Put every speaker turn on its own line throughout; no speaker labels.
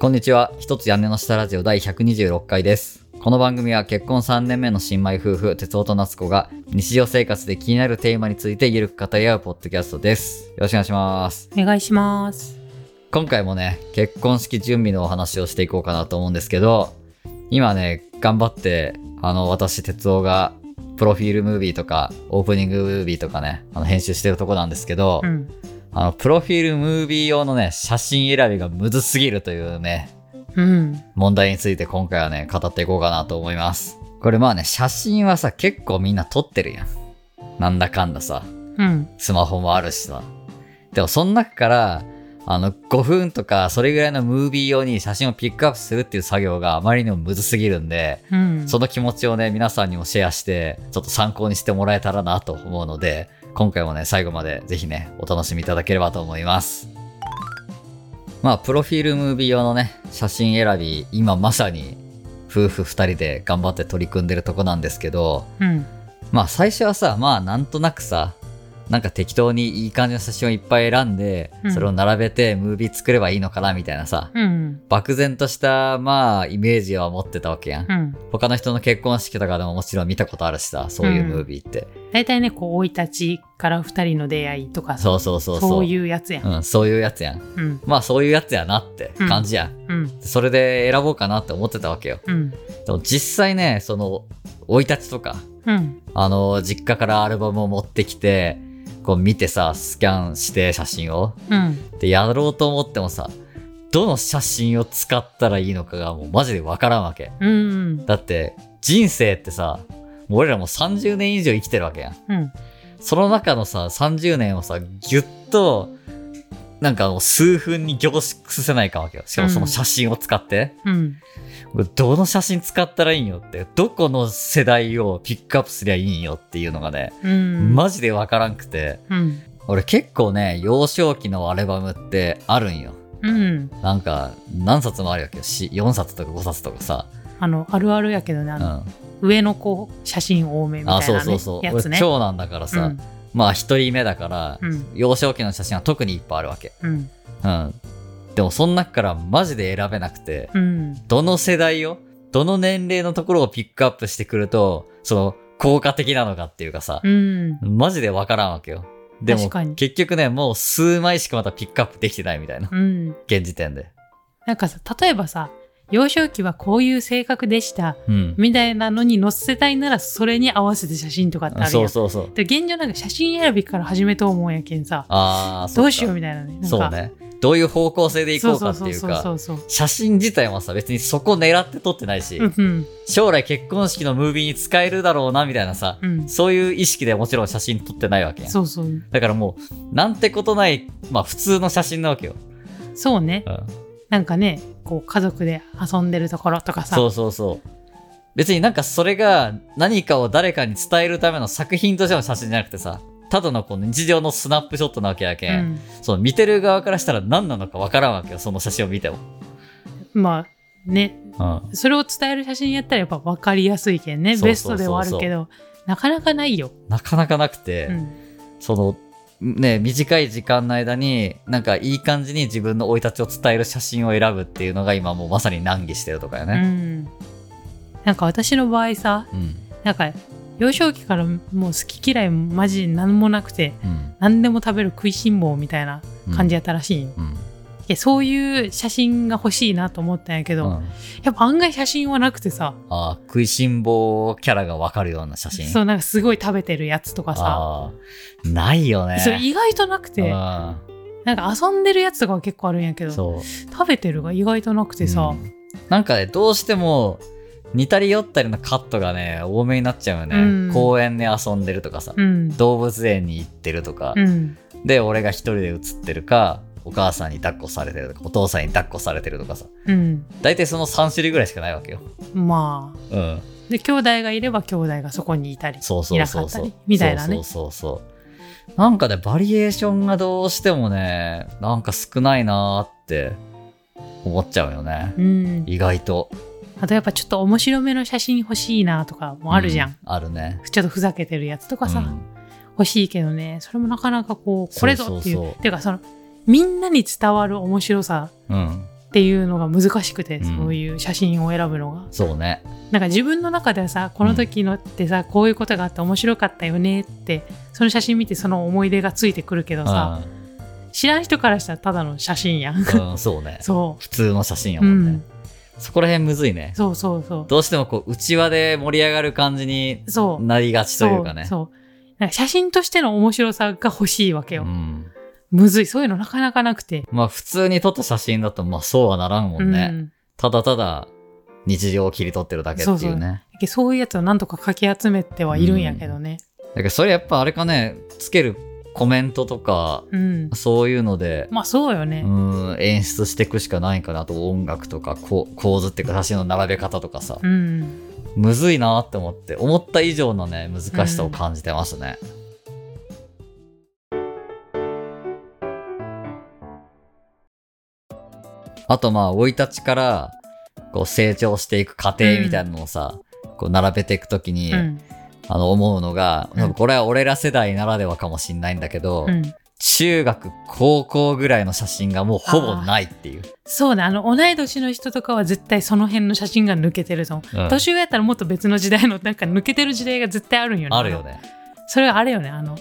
こんにちは。一つ屋根の下ラジオ第126回です。この番組は結婚3年目の新米夫婦、哲夫と夏子が日常生活で気になるテーマについてゆるく語り合うポッドキャストです。よろしくお願いします。
お願いします。
今回もね、結婚式準備のお話をしていこうかなと思うんですけど、今ね、頑張って、あの、私、哲夫が、プロフィールムービーとか、オープニングムービーとかね、あの編集してるとこなんですけど、
うん。
あの、プロフィールムービー用のね、写真選びがむずすぎるというね、
うん。
問題について今回はね、語っていこうかなと思います。これまあね、写真はさ、結構みんな撮ってるやん。なんだかんださ、
うん。
スマホもあるしさ。でも、その中から、あの、5分とか、それぐらいのムービー用に写真をピックアップするっていう作業があまりにもむずすぎるんで、
うん。
その気持ちをね、皆さんにもシェアして、ちょっと参考にしてもらえたらなと思うので、今回もね、最後までぜひね、お楽しみいただければと思います。まあ、プロフィールムービー用のね、写真選び、今まさに、夫婦二人で頑張って取り組んでるとこなんですけど、
うん。
まあ最初はさ、まあなんとなくさ、なんか適当にいい感じの写真をいっぱい選んで、
うん
それを並べてムービー作ればいいのかなみたいなさ、
うん。
漠然とした、まあイメージは持ってたわけやん
う。ん。
他の人の結婚式とかでももちろん見たことあるしさそういうムービーって、
大体ね、こう、生い立ちから二人の出会いとか、
そうそうそうそう
そう
う、
いうやつやん。
ん、そういうやつやん
うん。
まあそういうやつやなって感じやん、
うん。
それで選ぼうかなって思ってたわけよ
うん。
でも実際ねその生い立ちとか
うん。
あの実家からアルバムを持ってきてこう見てさスキャンして写真を
うん。
でやろうと思ってもさどの写真を使ったらいいのかがもうマジでわからんわけ
うん。
だって人生ってさもう俺らもう30年以上生きてるわけやん
うん。
その中のさ、30年をさ、ぎゅっと、なんかもう数分に凝縮せないかんわけよ。しかもその写真を使って。
うん。
どの写真使ったらいいんよって、どこの世代をピックアップすりゃいいんよっていうのがね、
うん。
マジでわからんくて。
うん。
俺結構ね、幼少期のアルバムってあるんよ。
うん。
なんか、何冊もあるわけよ。し4冊とか5冊とかさ。
あの、あるあるやけどね、
う
あ
ん。
の、
あ、
上の子、写真多めみたいな、ね。
そうそうそう。
や
俺
つね。
長男だから
う
さ、
ん。
まあ一人目だから、
うん。
幼少期の写真は特にいっぱいあるわけ。
うん。
うん。でもその中からマジで選べなくて、
うん。
どの世代を、どの年齢のところをピックアップしてくると、その、効果的なのかっていうかさ、
うん。
マジでわからんわけよ。でも
確か、に
結局ね、もう数枚しかまたピックアップできてないみたいな、
うん。
現時点で。
なんかさ、例えばさ、幼少期はこういう性格でした。
うん。
みたいなのに載せたいならそれに合わせて写真とかってあるやん
そうそうそう。
で現状なんか写真選びから始めと思うんやけんさ
ああ、そ
ど
か
うしようみたいなねなんか
そうね。どういう方向性でいこうかっていう
そ
か、
うそうそうそう
写真自体もさ、別にそこ狙って撮ってないし、
そううん
将来結婚式のムービーに使えるだろうな、みたいなさ、
うん、うん、
そういう意識でもちろん写真撮ってないわけやん。
そうそう
だからもう、なんてことない、まあ普通の写真なわけよ。
そうね
うん
なんかねこう家族で遊んでるところとかさ
そうそうそう。別になんかそれが何かを誰かに伝えるための作品としての写真じゃなくてさ、ただのこの日常のスナップショットなわけやけ、
うんん、
その見てる側からしたら何なのかわからんわけよ、その写真を見ても。
まあね
うん。
それを伝える写真やったらやっぱ分かりやすいけんね
そう
ベ
そ
ス
うそうそう
トではあるけどなかなかないよ、
なかなかなくて、
うん、
その、ね、短い時間の間に、なんかいい感じに自分の生い立ちを伝える写真を選ぶっていうのが今もうまさに難儀してるとかよ
う
ね。
ん、なんか私の場合さ
うん。
なんか幼少期からもう好き嫌いマジ何もなくて
うん。
何でも食べる食いしん坊みたいな感じやったらしいんよ、
うん。
いやそういう写真が欲しいなと思ったんやけど、
うん
やっぱ案外写真はなくてさ
ああ、食いしん坊キャラがわかるような写真。
そうなんかすごい食べてるやつとかさ
ああないよね。
それ意外となくてなんか遊んでるやつとかは結構あるんやけ
うん
ど食
そう。
べてるが意外となくてさ、
うんなんかね、どうしても、似たり寄ったりのカットがね、多めになっちゃうよね。
うん
公園で遊んでるとかさ、
うん
動物園に行ってるとか、
うん
で、俺が一人で写ってるか、お母さんに抱っこされてるとか、お父さんに抱っこされてるとかさ、
うん
大体その3種類ぐらいしかないわけよ。
まあ
うん。
で兄弟がいれば兄弟がそこにいたり
そうそうそうそ
いうなかったり。みたいなね
そうそうそうそう。なんかね、バリエーションがどうしてもね、なんか少ないなーって思っちゃうよね。
うん
意外と。
あとやっぱちょっと面白めの写真欲しいなとかもあるじゃん、
うあるね。
ちょっとふざけてるやつとかさ、
うん
欲しいけどねそれもなかなかこうこれぞっていう
そうそうそう
ていうかそのみんなに伝わる面白さ
うん。
っていうのが難しくて、
うん
そういう写真を選ぶのが
そうね
なんか自分の中ではさこの時のってさ、こういうことがあって面白かったよねってその写真見てその思い出がついてくるけどさ、知らん人からしたらただの写真やん
うん、うん、そうね
そ
普通の写真や
う、う
もんね、
ん、
そこら辺むずいね
そうそうそう
どうしてもこう内輪で盛り上がる感じに
そう
なりがちというかね
そうそうなんか写真としての面白さが欲しいわけよ、
うん、
むずいそういうのなかなかなくて、
まあ普通に撮った写真だとまあそうはならんもんね、
うん
ただただ日常を切り取ってるだけっていうね
そうそうだけどそういうやつをなんとかかき集めてはいるんやけどね
だけどそれやっぱあれかねつけるコメントとか
うん、
そういうので、
まあそうよね、
うん演出していくしかないかなあと音楽とかこう構図っていうか写真の並べ方とかさ、
うん、
むずいなって思って思った以上のね難しさを感じてますね、あとまあ生い立ちからこう成長していく過程みたいなのをさ、こう並べていくときに、
うん
あの思うのが、
うん
これは俺ら世代ならではかもしんないんだけど、
うん、
中学高校ぐらいの写真がもうほぼないっていう、
そうだあの同い年の人とかは絶対その辺の写真が抜けてると思う、
うん
年上やったらもっと別の時代のなんか抜けてる時代が絶対あるんよね
あるよね
それはあれよねあの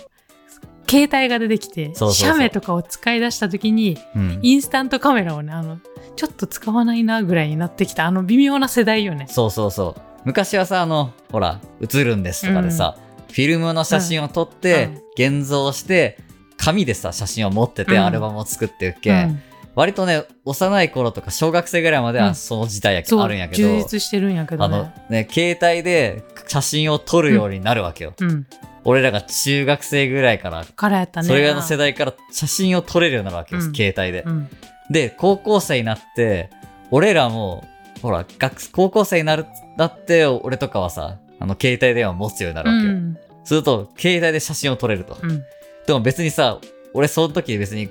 携帯が出てきて
そうそうそう
写メとかを使い出した時に
うん
インスタントカメラをねあのちょっと使わないなぐらいになってきたあの微妙な世代よね
そうそうそう昔はさあのほら映るんですとかでさ、フィルムの写真を撮って、現像して紙でさ写真を持ってて、
うん
アルバムを作ってるけん、
うん
割とね幼い頃とか小学生ぐらいまで
う
は
ん
その時代やけ、
そう
あるんやけど
充実してるんやけ
あ
ど
の
ね
ね携帯で写真を撮るようになるわけよ、
うん
俺らが中学生ぐらいから
からやったね
それぐらいの世代から写真を撮れるようになるわけよ、
うん
携帯で、
うん
で高校生になって俺らもほら学高校生になるだって俺とかはさあの携帯電話持つようになる
う
わけよ、
ん
すると携帯で写真を撮れると、
うん
でも別にさ俺その時別に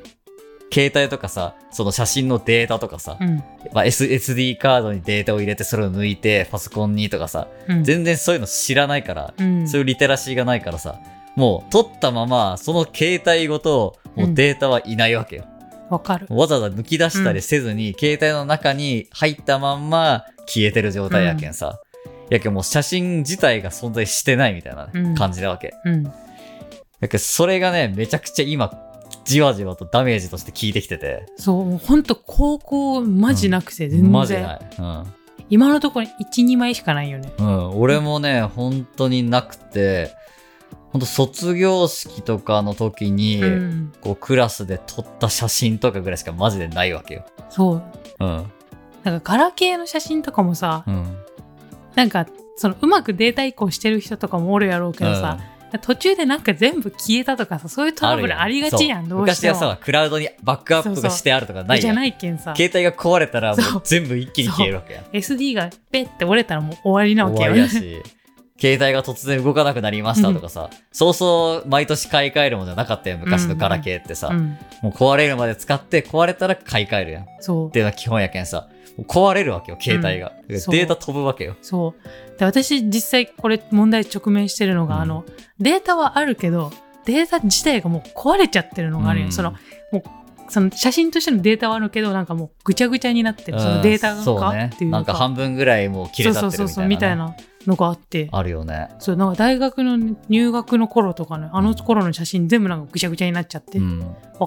携帯とかさその写真のデータとかさ、
うん
まあ、S- SD カードにデータを入れてそれを抜いてパソコンにとかさ
うん
全然そういうの知らないから、
うん
そういうリテラシーがないからさもう撮ったままその携帯ごともうデータはいないわけよ、
わかる
わざわざ抜き出したりせずに、携帯の中に入ったまんま消えてる状態やけんさ、やけんもう写真自体が存在してないみたいな
うん
感じなわけ、
うん
やけんそれがねめちゃくちゃ今じわじわとダメージとして効いてきてて
そうもうほんと高校マジなくて全然、
マジない、うん
今のところ12枚しかないよね
うん、俺もね本当になくて本当卒業式とかの時に、
うん
こうクラスで撮った写真とかぐらいしかマジでないわけよ
そう
うん
なんかガラケーの写真とかもさ、
うん
なんかそのうまくデータ移行してる人とかもおるやろうけどさ、途中でなんか全部消えたとかさそういうトラブルありがちやん
そう
どうしても
昔はさクラウドにバックアップがしてあるとかない
じ
やん
ゃないけんさ
携帯が壊れたら
そ
もう
う
全部一気に消えるわけやん
SD がペッて折れたらもう終わりなわ
終
け
わ
よ
りや し携帯が突然動かなくなりましたとかさ、そうそう毎年買い替えるもんじゃなかったよ昔のガラケーってさ、
うん、
もう壊れるまで使って壊れたら買い替えるやんっ
そう
ていうのは基本やけんさもう壊れるわけよ携帯が、
うんそう
データ飛ぶわけよ
そうで私実際これ問題直面してるのが、
うん
あのデータはあるけどデータ自体がもう壊れちゃってるのがあるよ、
うん
そのもうその写真としてのデータはあるけどなんかもうぐちゃぐちゃになってる、そ
うん
のデータが
そう
か
ね
っていう
なんか半分ぐらいもう切れちゃってる
そうそう
み
そ
た
う
いなね、
みたいなのがあって
あるよね
そうなんか大学の入学の頃とかねあの頃の写真全部なんかぐちゃぐちゃになっちゃって、
う
わ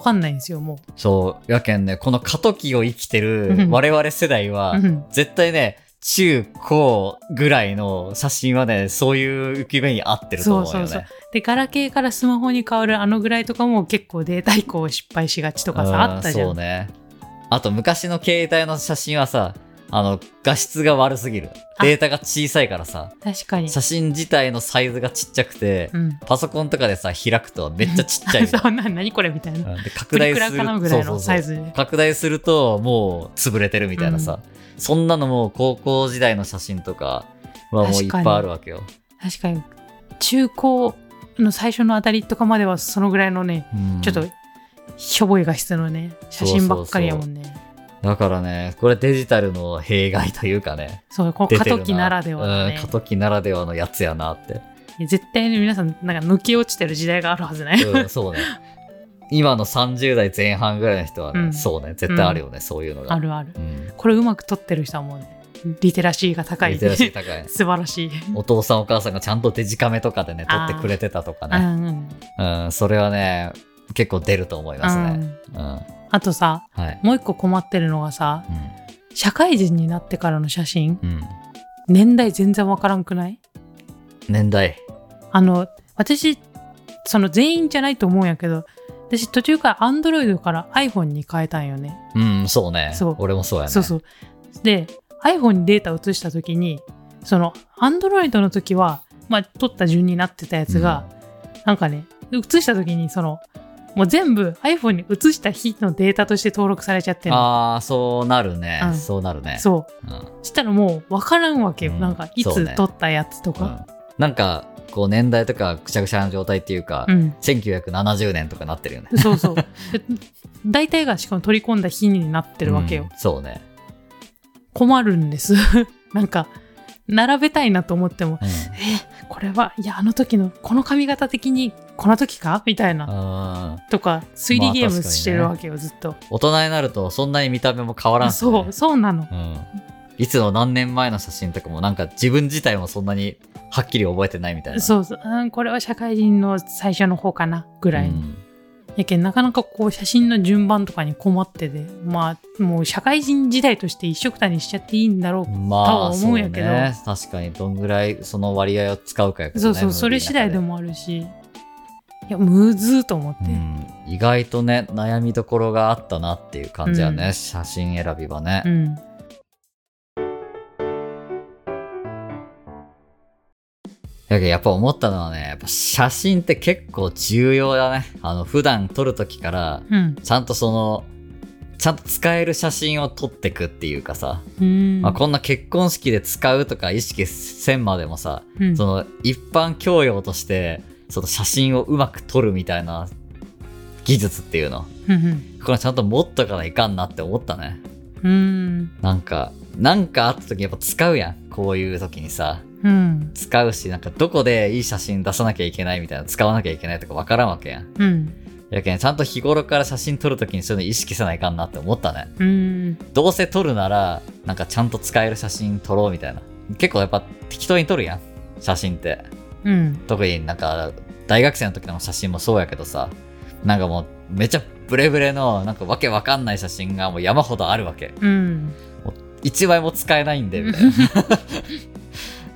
ん
かんないんですよも
そうやけんねこの過渡期を生きて
う
る
ん
我々世代
う、
は、
うん
絶対ね中高ぐらいの写真はねそういう浮き目に合ってると思うよね。
そうそうでガラケーからスマホに変わるあのぐらいとかも結構データ移行失敗しがちとか
うん
さあったじゃ、
そうんね。あと昔の携帯の写真はさあの画質が悪すぎる
あ
データが小さいからさ
確かに、
写真自体のサイズがちっちゃくて、
うん、
パソコンとかでさ開くとめっちゃちっちゃいみたい
そうな何これみたいな
な。うんで拡
プ
大
リク
す
ラ
る
かなぐらいのサイ
そうそう
ズで
そう拡大するともう潰れてるみたいなさ、そんなのもう高校時代の写真とかはもういっぱいあるわけよ。
確かに中高の最初のあたりとかまではそのぐらいのね、
うん
ちょっとしょぼい画質のね写真ばっかりやもんね
だからね、これデジタルの弊害というかね。
そうこ
出
の
て
過
る
渡期ならではだ
う
ね
ん過渡期ならではのやつやなって。
いや絶対に皆さんなんか抜け落ちてる時代があるはずない、
うん、そうね。今の30代前半ぐらいの人はね、
うん
そうね絶対あるよね、そういうのが
あるある
うん、
これうまく撮ってる人はもうねリテラシーが高い
リテラシー高い
素晴らしい、
お父さんお母さんがちゃんとデジカメとかでね撮
あー
ってくれてたとか
う
ね、
んうん
うん、それはね結構出ると思います
う
ね、
ん
うん
あとさ
はい、
もう一個困ってるのがさ社会人になってからの写真
うんうん、
年代全然わからんくない
年代
あの私その全員じゃないと思うんやけど私途中から Android から iPhone に変えたんよね
うんそうね
そう
俺もそうやね
そうそうで iPhone にデータ移した時にその Android の時は、まあ、取った順になってたやつが、なんかね移した時にそのもう全部 iPhone に移した日のデータとして登録されちゃってるの
ああそうなるね、
うん
そうなるね
そう
うん、うん
したらもう分からんわけ
う
よ、
ん
なんかい
そうね
つ撮ったやつとか
なんかこう年代とかくちゃくちゃな状態っていうか、
うん
1970年とかなってるよね
そうそうで大体がしかも取り込んだ日になってるわけよ、
うんそうね、
困るんです なんか並べたいなと思っても
うん
えこれはいやあの時のこの髪型的にこの時かみたいな
あー
とか推理ゲー
まあ確かに
ム
ね
してるわけよ、ずっと
大人になるとそんなに見た目も変わらんしね、
そうそうなの
うん、いつの何年前の写真とかもなんか自分自体もそんなにはっきり覚えてないみたいな
そうそう、うん、これは社会人の最初の方かなぐ
う
らい、
ん
やけんなかなかこう写真の順番とかに困っててまあもう社会人時代として一緒くたにしちゃっていいんだろうと
ま
は
あ
思
そううん
やけど
ね確かにどんぐらいその割合を使うかやけどね
そうそう
ムー
そ
ビーの中
れ次第でもあるしいやむずーと思って、
うん意外とね悩みどころがあったなっていう感じやね、
うん
写真選びはね、
うん、
だけどやっぱ思ったのはねやっぱ写真って結構重要だねあの普段撮る時から
うん
ちゃんとそのちゃんと使える写真を撮ってくっていうかさ、
うん
まあ、こんな結婚式で使うとか意識せんまでもさ
うん
その一般教養としてその写真をうまく撮るみたいな技術っていうの
うんうん
これちゃんと持っとかないかんなって思ったね
うん
なんかなんかあった時やっぱ使うやんこういう時にさ
うん
使うしなんかどこでいい写真出さなきゃいけないみたいな使わなきゃいけないとかわからんわけやん
うん
やけんちゃんと日頃から写真撮る時にそういうの意識せないかんなって思ったね
うん
どうせ撮るならなんかちゃんと使える写真撮ろうみたいな結構やっぱ適当に撮るやん写真って
うん
特になんか大学生の時の写真もそうやけどさなんかもうめちゃブレブレのなんかわけわかんない写真がもう山ほどあるわけ
うん
一枚も使えないんでみたいな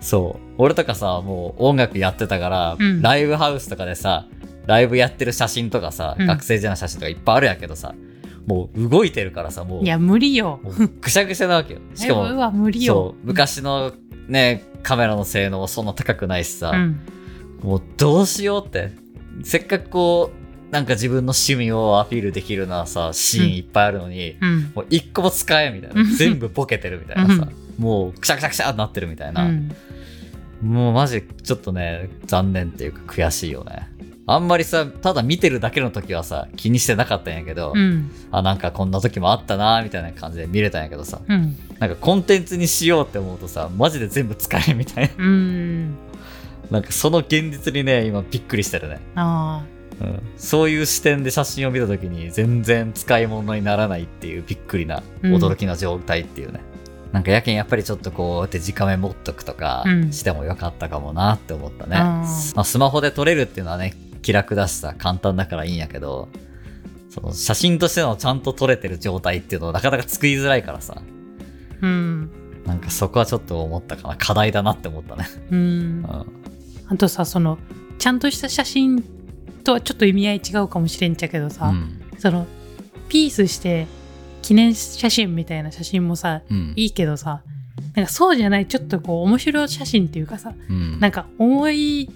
そう俺とかさもう音楽やってたから、
うん
ライブハウスとかでさライブやってる写真とかさ、
うん
学生時代の写真とかいっぱいあるやけどさもう動いてるからさもう
いや無理よ
もうぐしゃぐしゃなわけよしか
えう
も
わ無理よ
そう昔のねカメラの性能もそんな高くないしさ、
うん
もうどうしようって。せっかくこう、なんか自分の趣味をアピールできるのはさ、シーンいっぱいあるのに、
うん
もう一個も使えんみたいうな。
ん
全部ボケてるみたいなさ
う。
もうくしゃくしゃくしゃってなってるみたいうな。
ん
もうマジちょっとね、残念っていうか悔しいよね。あんまりさ、ただ見てるだけの時はさ、気にしてなかったんやけど、
うん
あ、なんかこんな時もあったなみたいな感じで見れたんやけどさ、
うん
なんかコンテンツにしようって思うとさ、マジで全部使えんみたいな。
うん
なんかその現実にね、今びっくりしてるね。
あ
うんそういう視点で写真を見た時に全然使い物にならないっていうびっくりな
うん
驚きの状態っていうね、なんかやけんやっぱりちょっとこうデジカメ持っとくとか
うん
してもよかったかもなって思ったね、
あー
まあ、スマホで撮れるっていうのはね気楽だしさ簡単だからいいんやけどその写真としてのちゃんと撮れてる状態っていうのをなかなか作りづらいからさ
ーうん
なんかそこはちょっと思ったかな課題だなって思ったね、
うん
うん
あとさそのちゃんとした写真とはちょっと意味合い違うかもしれんちゃけどさ、
うん
そのピースして記念写真みたいな写真もさ
うん
いいけどさなんかそうじゃないちょっとこう面白い写真っていうかさ
うん
なんか思い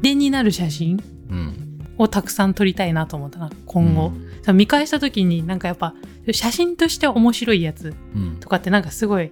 出になる写真
うん
をたくさん撮りたいなと思ったな今後、さ見返した時になんかやっぱ写真として面白いやつ
うん
とかってなんかすごい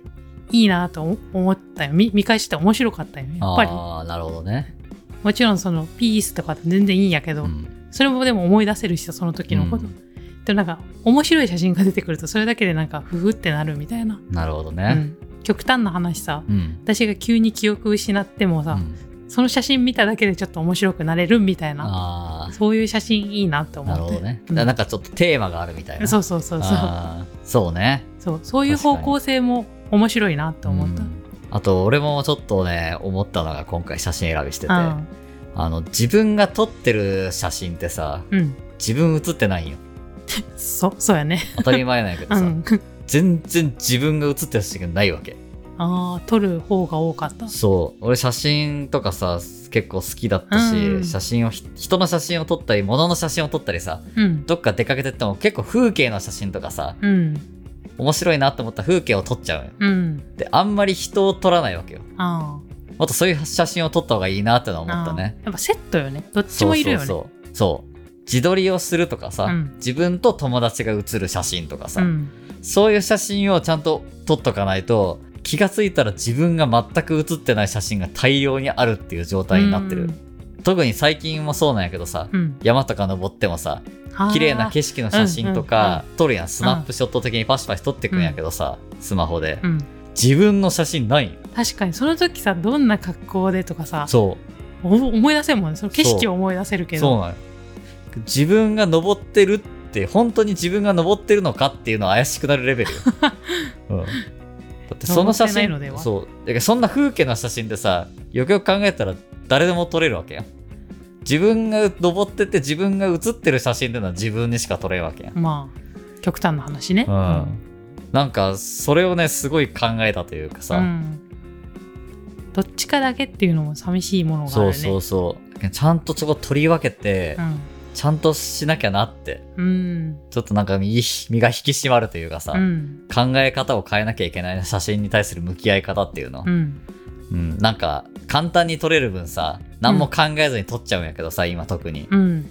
いいなと思思ったよ見見返して面白かったよねやっぱり
ああなるほどね、
もちろんそのピースとかって全然いいんやけど、
うん
それもでも思い出せるしさその時のこと、
うん
でもなんか面白い写真が出てくるとそれだけでなんかふふってなるみたいな、
なるほど
う
ね。
ん極端な話さ
うん。
私が急に記憶失っても
う
さ、
ん
その写真見ただけでちょっと面白くなれるみたいな
ああ
そういう写真いいなって思
な
っ
る
て
ほどね。
うん
だなんかちょっとテーマがあるみたいな。
そうそうそうそう
あーそうね。
そうそういう方向性も面白いなって思った、
う
うん
あと、俺もちょっとね、思ったのが今回写真選びしてて、あ
ん
の、自分が撮ってる写真ってさ、
うん、
自分写ってないんよ。
そそうやね、
当たり前なんやけど
う
さ、
ん、
全然自分が写ってる写真がないわけ。
ああ撮る方が多かった
そう。俺写真とかさ、結構好きだったし、
うん
写真をひ、人の写真を撮ったり、物の写真を撮ったりさ、
うん
どっか出かけてっても結構風景の写真とかさ、
うん
面白いなと思った風景を撮っちゃうよ。
うん
で、あんまり人を撮らないわけよ。
あ
もっとそういう写真を撮った方がいいなってのは
あ
思ったね。
あーやっぱセットよねどっち
そう
もいるよねう
そうそう。そう。自撮りをするとかさ、
うん
自分と友達が写る写真とかさ、
ん、
そういう写真をちゃんと撮っとかないと、気がついたら自分が全く写ってない写真が大量にあるっていう状態になってる。特に最近もそうなんやけどさ、
うん、
山とか登ってもさ、
あー
綺麗な景色の写真とか、撮るやん、スナップショット的にパシパシ撮ってくんやけどさ、スマホで。
うん、
自分の写真ないんよ
確かにその時さどんな格好でとかさ
そ
お思い出せるもんねその景色を思い出せる
う。
け
そう
ど
なんよ自分が登ってるって、本当に自分が登ってるのかっていうのは怪しくなるレ ベルよ。うんだってその写
登ってない
真
のでは
そうだからそんな風景の写真ってさよくよく考えたら誰でも撮れるわけやん自分が登ってて自分が写ってる写真っていうのは自分にしか撮れるわけやん
まあ極端な話ね
うん、なんかそれをねすごい考えたというかさ、
うん、どっちかだけっていうのも寂しいものがある
そ
ね
うそうそうちゃんとそこ取り分けて、
うん
ちゃんとしなきゃなって
うん
ちょっとなんか身身が引き締まるというかさ、
うん
考え方を変えなきゃいけない写真に対する向き合い方っていうの、
うん
うんなんか簡単に撮れる分さ何も考えずに撮っちゃうんやけどさ、今特に
うん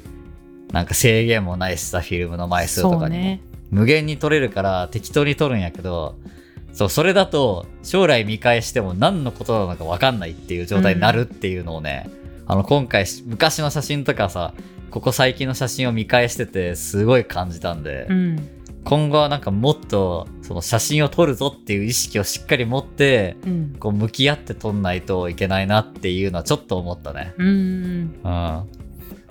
なんか制限もないしさフィルムの枚数と
そ
か
う
にも、
ね
無限に撮れるから適当に撮るんやけどそうそれだと将来見返しても何のことなのか分かんないっていう状態になるっていうのをね、あの今回し昔の写真とかさここ最近の写真を見返しててすごい感じたんで、
うん
今後はなんかもっとその写真を撮るぞっていう意識をしっかり持って
うん
こう向き合って撮んないといけないなっていうのはちょっと思ったね。
うん
うん、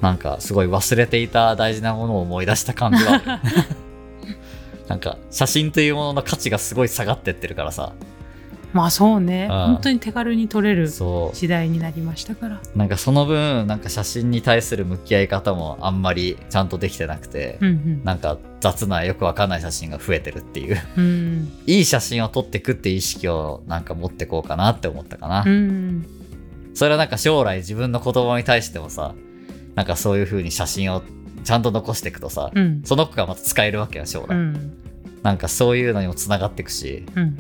なんかすごい忘れていた大事なものを思い出した感じはある なんか写真というものの価値がすごい下がってってるからさ
まあそうね
ああ
本当に手軽に撮れる
そ
時代になりましたから
うなんかその分なんか写真に対する向き合い方もあんまりちゃんとできてなくて、
うん
なんか雑なよくわかんない写真が増えてるっていう
うんうん
いい写真を撮ってくっていう意識をなんか持ってこうかなって思ったかな、
うん
それはなんか将来自分の子供に対してもさなんかそういう風に写真をちゃんと残していくとさ、
うん
その子がまた使えるわけよ将
う
来、
ん
なんかそういうのにもつながっていくし、
うん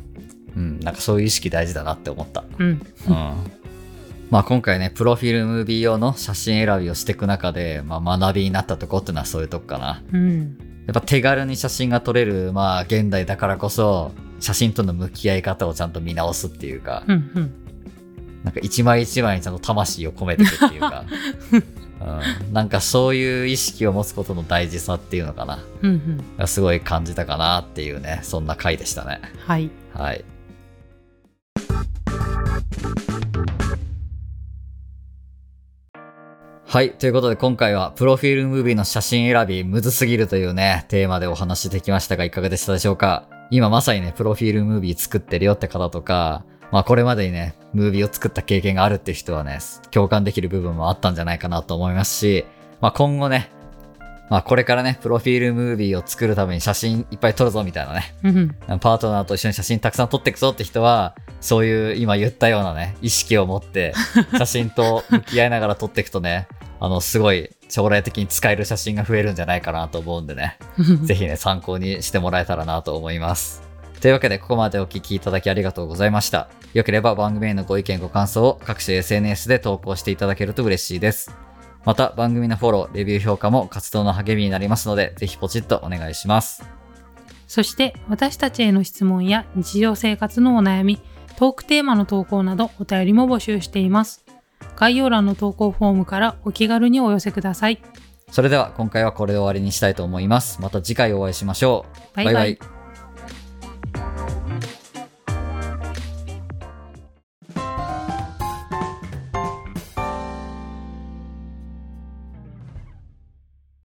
うん、なんかそういう意識大事だなって思った、
うん
うんまあ、今回ねプロフィールムービー用の写真選びをしていく中で、まあ、学びになったとこってのはそういうとこかな
うん
やっぱ手軽に写真が撮れる、まあ、現代だからこそ写真との向き合い方をちゃんと見直すっていうか、
うんうん
なんか一枚一枚にちゃんと魂を込めていくっていうか、うん、なんかそういう意識を持つことの大事さっていうのかな
うんうん
がすごい感じたかなっていうねそんな回でしたね
はい
はいはい。ということで今回はプロフィールムービーの写真選びむずすぎるというね、テーマでお話しできましたがいかがでしたでしょうか今まさにね、プロフィールムービー作ってるよって方とか、まあこれまでにね、ムービーを作った経験があるっていう人はね、共感できる部分もあったんじゃないかなと思いますし、まあ今後ね、まあこれからね、プロフィールムービーを作るために写真いっぱい撮るぞみたいなね、
うんうん
パートナーと一緒に写真たくさん撮っていくぞって人は、そういう今言ったようなね、意識を持 って、写真と向き合いながら撮っていくとね、あの、すごい将来的に使える写真が増えるんじゃないかなと思うんでね、ぜひね、参考にしてもらえたらなと思います。というわけで、ここまでお聞きいただきありがとうございました。よければ番組へのご意見、ご感想を各種 SNS で投稿していただけると嬉しいです。また、番組のフォロー、レビュー評価も活動の励みになりますので、ぜひポチッとお願いします。
そして私たちへの質問や日常生活のお悩み、トークテーマの投稿などお便りも募集しています。概要欄の投稿フォームからお気軽にお寄せください。
それでは今回はこれで終わりにしたいと思います。また次回お会いしましょう。
バイバイ
イ